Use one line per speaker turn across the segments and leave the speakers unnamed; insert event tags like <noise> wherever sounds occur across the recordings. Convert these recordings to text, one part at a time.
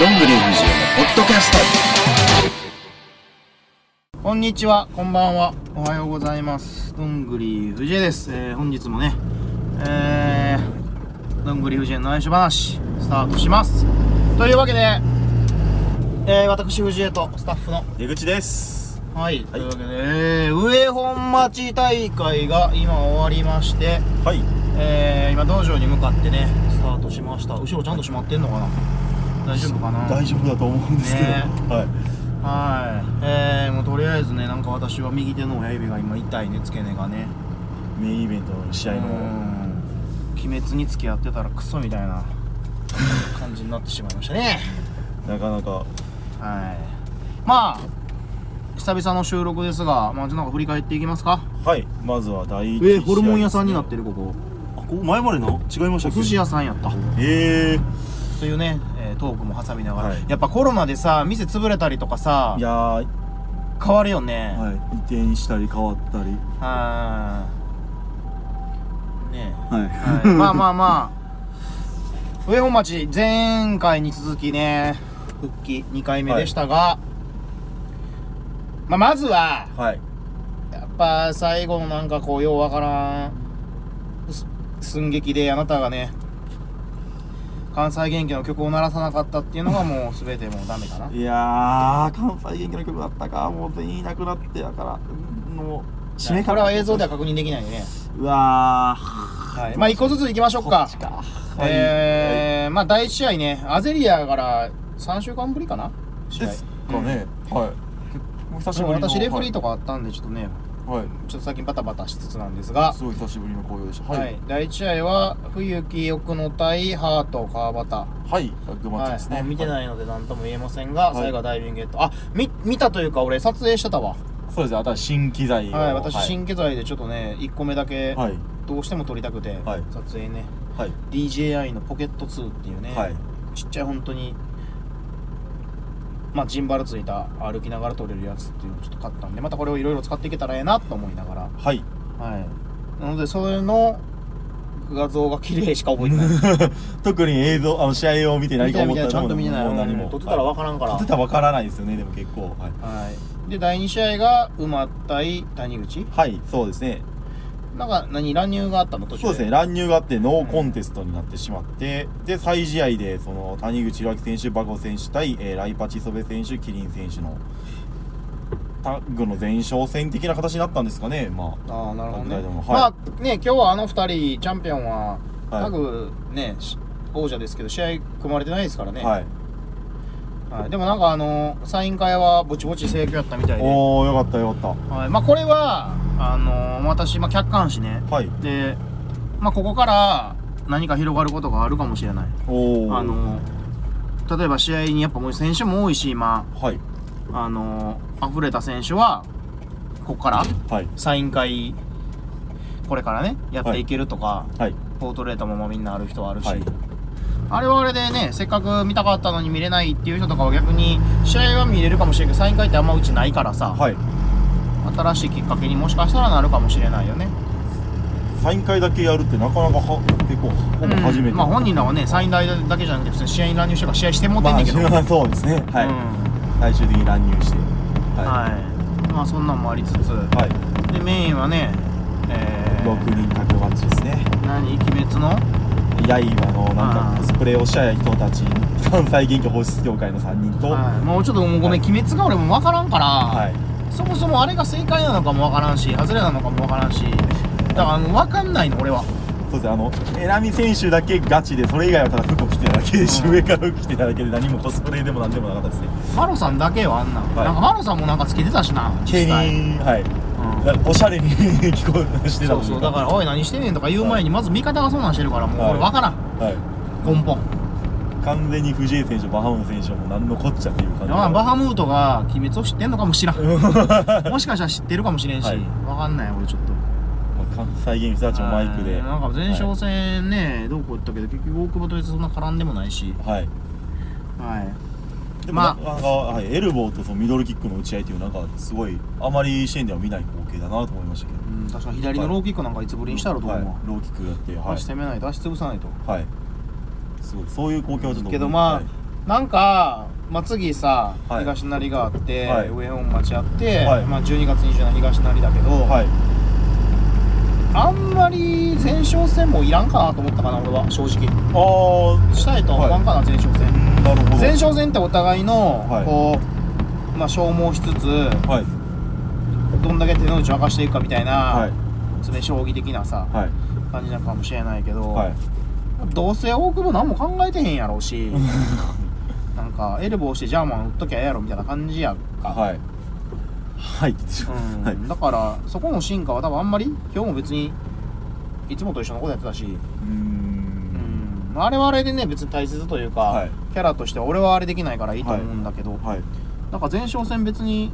どんぐり藤江のポッドキャストこんにちはこんばんはおはようございますどんぐり藤江です、えー本日もねえーどんぐり藤江の内緒話スタートしますというわけで、えー私藤江とスタッフの
出口です
はい、
はい
というわけで、えー上本町大会が今終わりまして
はい
えー、今道場に向かってねスタートしました後ろちゃんと閉まってんのかな大丈夫かな
大丈夫だと思うんですけど、
ね
はい
はいえー、もうとりあえずねなんか私は右手の親指が今痛いね付け根がね
メインイベントの試合
う
の
ん鬼滅に付き合ってたらクソみたいな感じになってしまいましたね
なかなか
はいまあ久々の収録ですがまあじゃあなんか振り返っていきますか
はいまずは第
え
一試合
ー、ホルモン屋さんになってるここ
あここ前までの違いました
お
っけ
寿司屋さんやった
ええ
というね、えートークも挟みながら、
はい
やっぱコロナでさ店潰れたりとかさ
いやー
変わるよね、
はい移転したり変わったり
あーねえ、
はい、
はい、まあまあまあ上本町前回に続きね復帰2回目でしたが、まあ、まずは
はい
やっぱ最後のなんかこうようわからんす寸劇であなたがね関西元気の曲を鳴らさなかったっていうのがもう全てもうダメかない
やー関西元気の曲だったかもう全員いなくなってやからうんもう締め
こ
か
れ
ら
は映像では確認できないんでね、
うわー
はい、まあ一個ずついきましょうか
こっちかはい
えー、まあ第1試合ね、アゼリアから3週間ぶりかな試合
ですかね、はいもう久しぶりの
私レフェリー
と
とかあったんで、ちょっとね、
はい、はい
ちょっと最近バタバタしつつなんですが、
すごい久しぶりの紅葉でした
はい、第1試合は、冬木奥野対ハート川端。
はい、タッグマッチですね。
はい、もう見て
は
ないので何とも言えませんが、
はい
最後はダイビングゲット。あ、み、見たというか俺撮影してた
い。
わ。
そうですね、あとは新機材を。
はい、私新機材でちょっとね、1個目だけ
はい。
どうしても撮りたくて、
はい
撮影ね、
はい。
DJI のポケット2っていうね、
はい。
ちっちゃい本当にまあジンバルついた歩きながら撮れるやつっていうのをちょっと買ったんでまたこれをいろいろ使っていけたらええなと思いながら
はい。 <laughs>
はいなのでそれの画像が綺麗しか覚えてない
特に映像、あの試合を見て何
見
か
て
思
み
った
い
た
ちゃんと見てない
もう何
うん
も。
撮ってたらわからんから
<laughs> はい撮ってたらわからないですよね、でも結構。はい。
はいで第2試合が馬対谷口
はい、そうですね。
なんか何乱入があったの途中
そうですね、乱入があってノーコンテストになってしまって、で、再試合で、その、谷口弘明選手、バゴ選手対、えーライパチソベ選手、キリン選手の、タッグの前哨戦的な形になったんですかね、ま
ああなるほどね、
はい
まあね今日はあの2人チャンピオンは
あ。はい。
タグね、し王者ですけど試合組まれてないですからね、
はい。
はいでもなんかあのサイン会はぼちぼち盛況やったみたいで
おー、よかったよかっ
はい、まあこれはあのー私、まあ、客観視ね
た。はい。
で、まあ、ここから何か広がることがあるかもしれない
おー。
あのー例えば試合にやっぱもう選手も多いし今
はい。
あのー溢れた選手はここから
はい。
サイン会これからねやっていけるとか、
はい。
ポートレートもまあみんなある人はあるし、
はい
あれはあれでねせっかく見たかったのに見れないっていう人とかは逆に試合は見れるかもしれんけどサイン会ってあんまうちないからさ、
はい。
新しいきっかけにもしかしたらなるかもしれないよね、
サイン会だけやるってなかなかは結構ほぼ初めて。
まあ本人らはねサイン代だけじゃなくて普通に試合に乱入してから試合してもってん
ま
ね
あ <laughs>
んけど、
そうですね。はい。
うん
最終的に乱入して。は
はいまあそんなんもありつつ
い。はい。
でメインはねえ
六
ー、
人タッグマッチですね。
何鬼滅の
刃のなん
あ
か
ー
コスプレをしたい人たち、関西元気放出協会の三人と。は
はい、もうちょっともうごめん、鬼滅が俺も分からんから、
い。
そもそもあれが正解なのかも分からんし外れなのかも分からんしだからあの分かんないの俺は
そうですね。あのエラミ選手だけガチで、それ以外はただ服を着てただけでし、
うん
上から服着てただけで何もコスプレでもなんでもなかったですね。
マロさんだけよあんなん、
はい
なんかマロさんもなんかつけてたしな
ケ
実際、
ビンはい。
うん
なんかおしゃれに聞こえしてたと
そう
い
そうだから「おい何してんねん」とか言う前にまず味方がそんなんしてるからもう
はい
俺分からん
はい。
根本
完全に藤井選手、バハム選手はもう何のこっちゃっていう感じ
だからバハムートが鬼滅を知ってんのかもしらん
<laughs>
もしかしたら知ってるかもしれんし、
はい
分かんない俺ちょっと
まあ関西芸人たちもマイク
は
で
いなんか前哨
は
戦ね、どうこう言ったけど結局大久保と別にそんな絡んでもないし
い、はい
はい
でも
まあ
なかなか、はい、エルボーとそのミドルキックの打ち合いっていうなんかすごいあまりシーンでは見ない光景だなと思いましたけど
うん確かに左のローキックなんかいつぶりにしたらと思
は
う
い
わ、
ローキックやって
足
は
攻めないと足潰さないと
い、はい、すごいそういう光景はちょっと
けどまあ
はい
なんか、まあ、次さ、
はい
東成があって、
はい
上本町あって、
はい
まあ、12月27東成だけど、
はい
あんまり前哨戦もいらんかなと思ったかな俺は正直
あ
したいとは思わんかな、前哨戦
あなるほど
前哨戦ってお互いの、
はい
こう、まあ、消耗しつつ
はい
どんだけ手の内沸かしていくかみたいな、
はい
詰め将棋的なさ、
はい
感じなのかもしれないけど、
はい
どうせ大久保何も考えてへんやろ
<laughs>
うしなんかエルボーしてジャーマン打っときゃええやろみたいな感じやんか、
はいはいって言ってしまう
うん
はい
だからそこの進化は多分あんまり今日も別にいつもと一緒のことやってたし、
うー
うんん、あれはあれでね別に大切というか、
はい
キャラとしては俺はあれできないからいいと思うんだけど、
はい
なんか前哨戦別に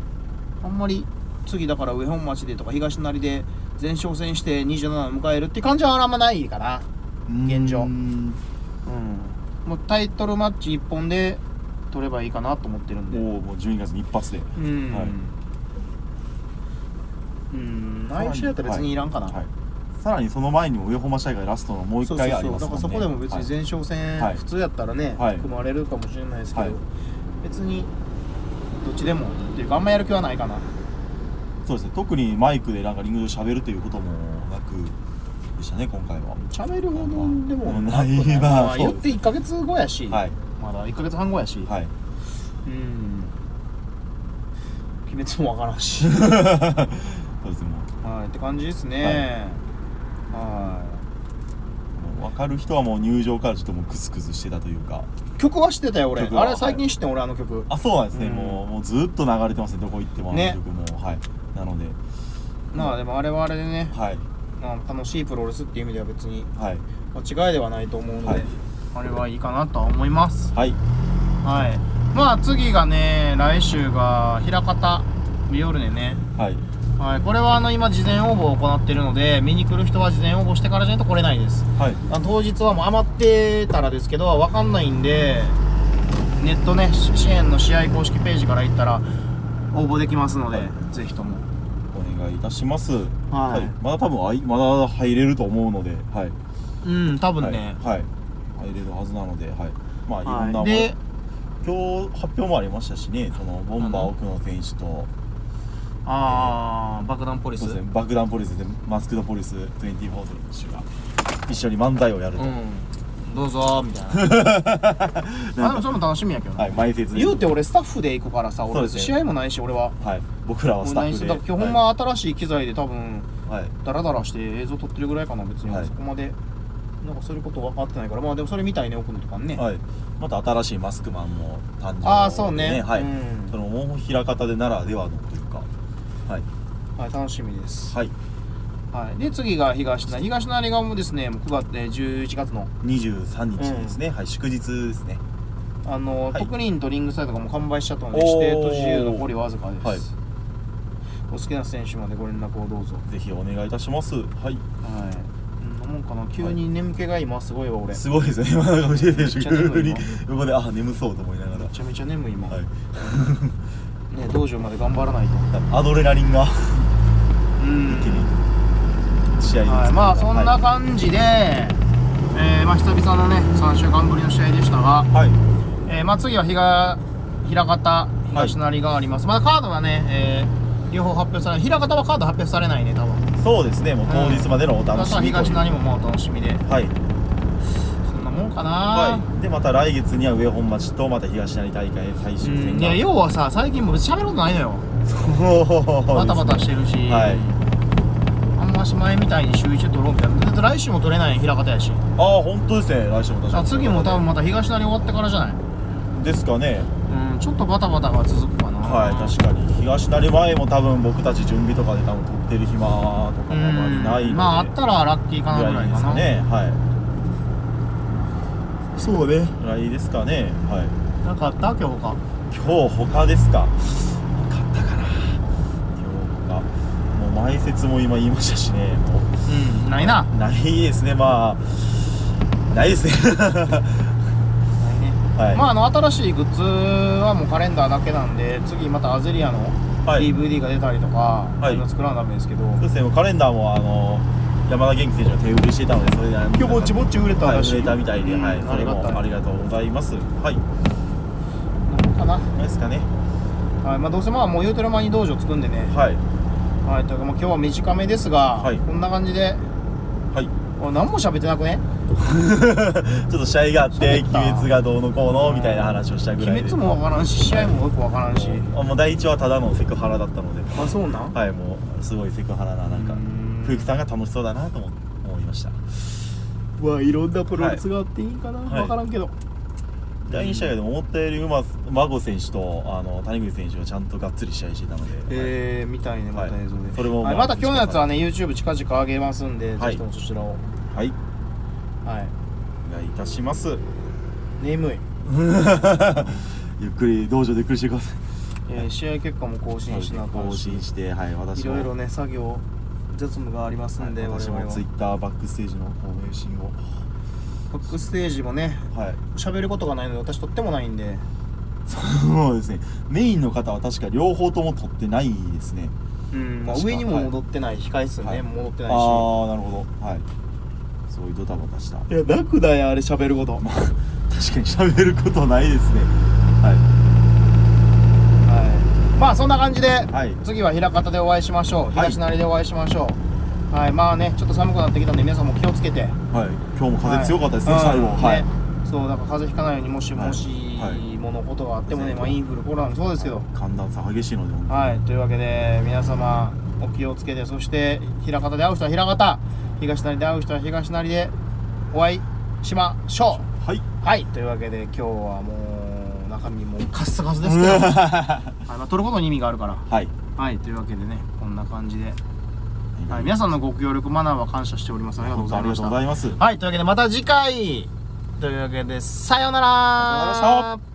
あんまり次だから上本町でとか東成で前哨戦して27を迎えるって感じはあんまないかな、現状
うーん
うん、もうタイトルマッチ1本で取ればいいかなと思ってるんで
おおもう12月に一発で
うん、
はい
うん来週だったら別にいらんかな、
はいさらにその前にも上本町大会ラストのもう一
そう
回
そう
あ
そ
り
う
ます
だか
もんね
らそこでも別に前哨戦、
はい
普通やったらね、
はい
組まれるかもしれないですけど、
はい
別にどっちでもっていうかあんまやる気はないかな
そうですね特にマイクでなんかリング上喋るということもなくでしたね今回は
喋るほどでも
まあないまあ
まあ
そう
言って1ヶ月後やし、
はい
まだ1ヶ月半後やし、
はい <laughs>
うん鬼滅もわから
<laughs>
んし
そうですねも
はいって感じですねは
うもう分かる人はもう入場からちょっともうクスクスしてたというか
い曲は知ってたよ俺
曲は
あれ最近知ってん俺あの曲
あそうなんですね、
うん
もうもうずっと流れてますねどこ行ってもあの
ね
曲も、はいなので
まあでもあれはあれでね、
はい
まあ、楽しいプロレスっていう意味では別に
はい
間違いではないと思うので、
はい
あれはいいかなとは思います
はい
はいまあ次がね来週が枚方ビオルネね
はい
はい、これはあの今事前応募を行っているので見に来る人は事前応募してからじゃないと来れないです
はい
あの当日はもう余ってたらですけど分かんないんでネットねし支援の試合公式ページから行ったら応募できますので、
はい
ぜひとも
お願いいたします
はい
まだ多分あいまだ入れると思うのではい
うん多分ね、
はい、はい、入れるはずなのではいまあいろんな
はい、で
今日発表もありましたしねそのボンバー奥野選手と
ああ爆弾ポリス
そう
う
ですね爆弾ポリスでマスクドポリス24選手が一緒に漫才をやると、
んどうぞーみたい
<laughs>
なあでもそれも楽しみやけどな、
はい前説
言うて俺スタッフで行くからさ
そう
俺
ですね
試合もないし俺は
はい僕らはスタッフで
今日ほんま新しい機材で多分
はい、はい
ダラダラして映像撮ってるぐらいかな別に、
はい
そこまでなんかそういうこと分かってないからまあでもそれみたいね奥野とかね、
はい、また新しいマスクマンも誕生、
ああそうね
はい、
うん
そのもう枚方でならではのというかはい
はい、楽しみです、
はい
はい、で次が東成東成がもうですねもう9月で11月の
23日ですね、はい祝日ですね
あ
は
の、
い
特任とリングサイドがもう完売しちゃったので
おー
指定と自由残りわずかです、
はい
お好きな選手までご連絡をどうぞ
ぜひお願いいたしますはい
はいうんなもんかな急に眠気が今すごいわ俺、
すごいですよね今なんか教えてる
めっ
し
ちゃ眠い
急に
わ
横であ眠そうと思いなが
めちゃめちゃ眠い今、
らはい
ね道場まで頑張らないと
アドレナリンが
うん
一気に試合に
はい、まあそんな感じで、えーまあ、久々のね3週間ぶりの試合でしたが、
はい、
えーまあ、次は比嘉平方東成があります、まだカードはね、えー両方発表されない平方はカード発表されないね多分
そうですねもう当日までのお
だ
楽
か
し
ら
みとい
東
う
成ももうお楽しみで
はい、
そんなもんかな、
はい、でまた来月には上本町とまた東成大会最終
う
戦
ん、い
が、
や要はさ最近もう喋ることないのよバタバタしてるし、
はい
あんまし前みたいに週1で取ろうみたいなだって来週も取れない平方やし
ああ本当ですね来週も確か
あ
に
次も多分また東成終わってからじゃない
ですかね
うん、ちょっとバタバタが続くかな。
はい確かに東成前も多分僕たち準備とかで多分撮ってる暇とかもあまりないの
う
で
んまあ、あったらラッキーかなぐ
ぐ
ら
らい
いか
です
な。
かねはいそうねぐらいですかねはい
なんかあった今日か。
今日他ですかなかったかな今日他もう前説も今言いましたしねも
うん、ないな。
うないですねまあないですね <laughs>
ないね。
はい、
まあ、あの、新しいグッズはもうカレンダーだけなんで、次またアゼリアの
はい
DVD が出たりとか、
はい
今作らなダメですけど、
そうですねもうカレンダーもあの山田元気選手が手売りしてたのでそれで
今日ぼっちぼっち売れた
はい
らしい。
売れたみたいで、
うん
はい、
ありが
それもあ
たい。
りがとうございますはい
かな。
ですかね
はい、まあ、どうせまあ、もう言うてる間に道場作んでね。
はい
はい、というか、まあ、今日は短めですが、
はい
こんな感じで。
はい
お何も喋ってなくね。
<laughs> ちょっと試合があって
喋
「
った
鬼滅がどうのこうの」みたいな話をしたぐ
鬼
らいで
滅もわからんし、試合もよくわからんし。
あもう第一話はただのセクハラだったので
あ、そうなん。
はいもうすごいセクハラななんか
うん
冬木さんが楽しそうだなと思思いました
わいろんなプロレスがあっていいかな、
はい
分からんけど、
第2試合でも思ったよりうまマゴ選手とあの谷口選手がちゃんとがっつり試合してたので、はい
えー、みたいねまた映像で、
はいそれもま
は
あ
い、また今日のやつはね YouTube 近々上げますんで、
はい
ぜひともそちらを
はい、
はい
お願いいたします <laughs>
眠い、
ゆっくり道場で苦してください
えー試合結果も更新しなあかん
更
し
新してはい
い
私も
ろいろね作業雑務があります
はい
んで、
私
我々
も
は
ツイッターバックステージのこう名シーンを
バックステージもね
はい
喋ることがないので私とってもないんで
そうですねメインの方は確か両方とも取ってないですね
うん、まあ、
確か
上にも戻ってない、控え室ね、
はい
戻って
あ
な
あ
いし
ーなるほどはいそういうドタバタした
いやなくないあれ喋ること
まあ確かに喋ることないですねは
はい、まあそんな感じで、
い
次は枚方でお会いしましょう
はい
東成でお会いしましょうはい、まあねちょっと寒くなってきたんで皆さんも気をつけて
い、はい、今日も風強かったですね、
はい
最後
うん
はい、
ねそうだから風邪ひかないようにもし、
はい
もし、
はい
ものことがあってもね、
そう
まあ、インフルコロナもそうですけど
寒暖差激しいので本当に
はいというわけで皆様お気をつけてそして枚方で会う人は枚方東成で会う人は東成でお会いしましょ
はい、
うはいというわけで今日はもう中身もカッサカサ
<laughs>
で <laughs>
は
あの取ることに意味があるから
い、
はいというわけでねこんな感じで、はい、皆さんのご協力マナーは感謝しておりますありがとうご
本当
ざ
あ
い
り
ま
が
し
とうござい
た
ます。
はいというわけでまた次回というわけでさようなら
ありがとうございました